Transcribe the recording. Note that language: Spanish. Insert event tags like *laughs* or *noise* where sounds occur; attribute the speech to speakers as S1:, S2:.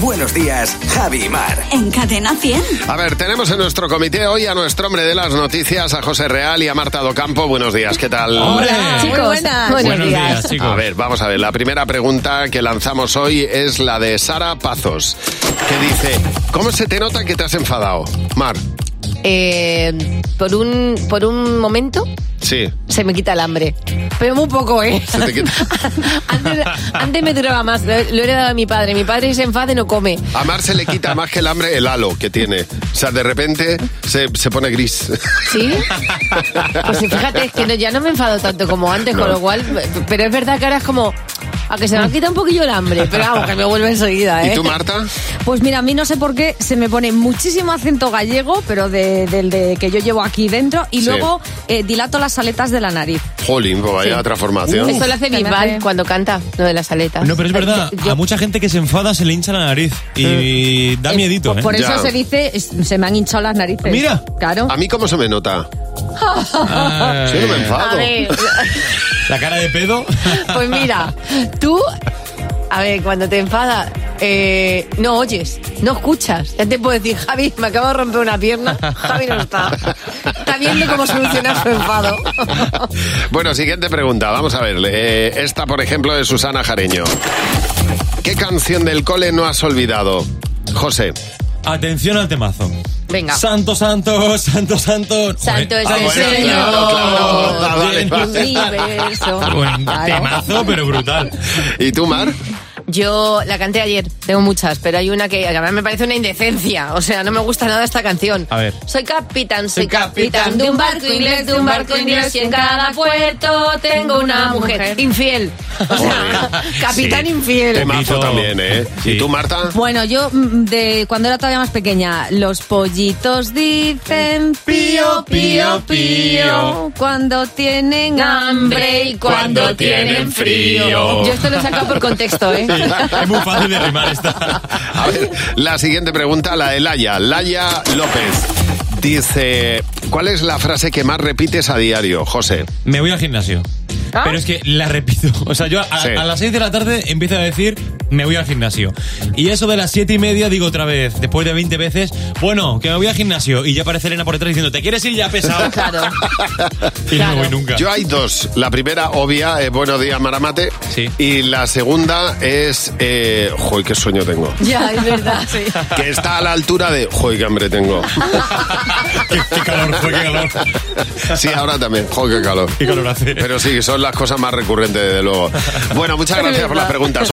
S1: Buenos días, Javi y Mar.
S2: En Cadena 100.
S3: A ver, tenemos en nuestro comité hoy a nuestro hombre de las noticias, a José Real y a Marta Docampo. Buenos días, ¿qué tal?
S4: Chicos, Ah, buenos, días.
S3: A ver, vamos a ver. La primera pregunta que lanzamos hoy es la de Sara Pazos, que dice: ¿Cómo se te nota que te has enfadado? Mar,
S4: Eh, por, un, por un momento
S3: sí.
S4: se me quita el hambre. Pero muy poco, ¿eh?
S3: Se te quita-
S4: *laughs* antes, antes me duraba más. Lo, lo he heredado a mi padre. Mi padre se enfade y no come.
S3: A Mar se le quita más que el hambre el halo que tiene. O sea, de repente se, se pone gris.
S4: ¿Sí? Pues fíjate, es que no- ya no me enfado tanto como antes, con
S3: No.
S4: lo cual. Pero es verdad que ahora es como. A que se me ha quitado un poquillo el hambre. Pero vamos, que me vuelve enseguida,
S3: *laughs*
S4: ¿eh?
S3: ¿Y tú, Marta?
S5: Pues mira, a mí no sé por qué se me pone muchísimo acento gallego, pero de- del de, que yo llevo aquí dentro, y
S3: Sí.
S5: luego eh, dilato las aletas de la nariz.
S3: Jolín, pues vaya
S5: Sí.
S3: transformación.
S4: Eso lo hace
S5: Se me
S4: Bisbal
S5: hace-
S4: cuando canta, lo de las aletas.
S6: No, pero es verdad,
S4: Yo-
S6: a mucha gente que se enfada se le hincha la nariz y
S4: Mm.
S6: da
S5: Eh,
S6: miedito,
S5: por,
S6: ¿eh?
S5: por eso
S3: Ya.
S5: se dice, es- se me han hinchado las narices.
S6: Mira.
S5: Claro.
S3: ¿A mí cómo se me nota?
S6: Ah,
S3: Yo no me
S4: A
S3: enfado.
S4: ver,
S6: La cara de
S4: *laughs*
S6: pedo.
S4: pues mira, tú, a ver, cuando te enfadas, eh, no oyes, no escuchas. Ya te puedo decir, Javi, me acabo de romper una pierna, Javi no está. Está viendo cómo solucionar su enfado. *laughs*
S3: Bueno, siguiente pregunta. Vamos a ver. eh, esta, por ejemplo, de Susana Jareño. ¿Qué canción del cole no has olvidado? José.
S6: Atención al temazo.
S4: Venga.
S6: Santo, santo, santo, santo.
S4: Santo es
S6: Ah,
S4: el
S6: bueno,
S4: Señor.
S3: claro, claro. Ah, vale,
S4: del
S3: vale.
S4: universo.
S6: *laughs* Bueno,
S4: Claro.
S6: temazo, pero brutal.
S3: ¿Y tú, Mar?
S4: Yo la canté ayer, tengo muchas, pero hay una que además me parece una indecencia. O sea, no me gusta nada esta canción.
S6: A ver.
S4: Soy capitán, soy
S6: Soy capitán
S4: capitán de un barco inglés, de un barco inglés, y en cada puerto tengo una mujer infiel. O sea, capitán
S6: Sí.
S4: infiel.
S3: Temazo
S6: Poquito.
S3: también, ¿eh?
S6: Sí.
S3: ¿Y tú, Marta?
S5: Bueno, yo mm, de cuando era todavía más pequeña, los pollitos dicen pío, pío, pío, cuando tienen hambre y
S6: Cuando tienen frío.
S4: Yo esto lo he sacado por contexto,
S5: *laughs*
S4: ¿eh?
S6: Es muy fácil de rimar esta.
S4: *laughs*
S3: A ver, la siguiente pregunta, la de Laya. Laya López. Dice, ¿cuál es la frase que más repites a diario, José?
S6: Me voy al gimnasio.
S4: ¿Ah?
S6: Pero es que la repito. O sea, yo a,
S3: Sí.
S6: a las 6 de la tarde empiezo a decir, me voy al gimnasio. Y eso de las 7 y media digo otra vez, después de 20 veces, bueno, que me voy al gimnasio. Y ya aparece Elena por detrás diciendo, ¿te quieres ir ya pesado?
S4: Claro.
S6: *laughs* Y
S4: claro.
S6: no voy nunca.
S3: Yo hay dos. La primera, obvia, es Buenos días, Maramate.
S6: Sí.
S3: Y la segunda es, eh, joder, qué sueño tengo.
S4: Ya, es verdad, sí.
S3: Que está a la altura de, joder, qué hambre tengo.
S6: *laughs* qué, qué calor, fue, qué calor.
S3: Sí, ahora también, joder, qué calor.
S6: Qué calor hace.
S3: Pero sí, son las cosas más recurrentes, desde luego. Bueno, muchas gracias por las preguntas.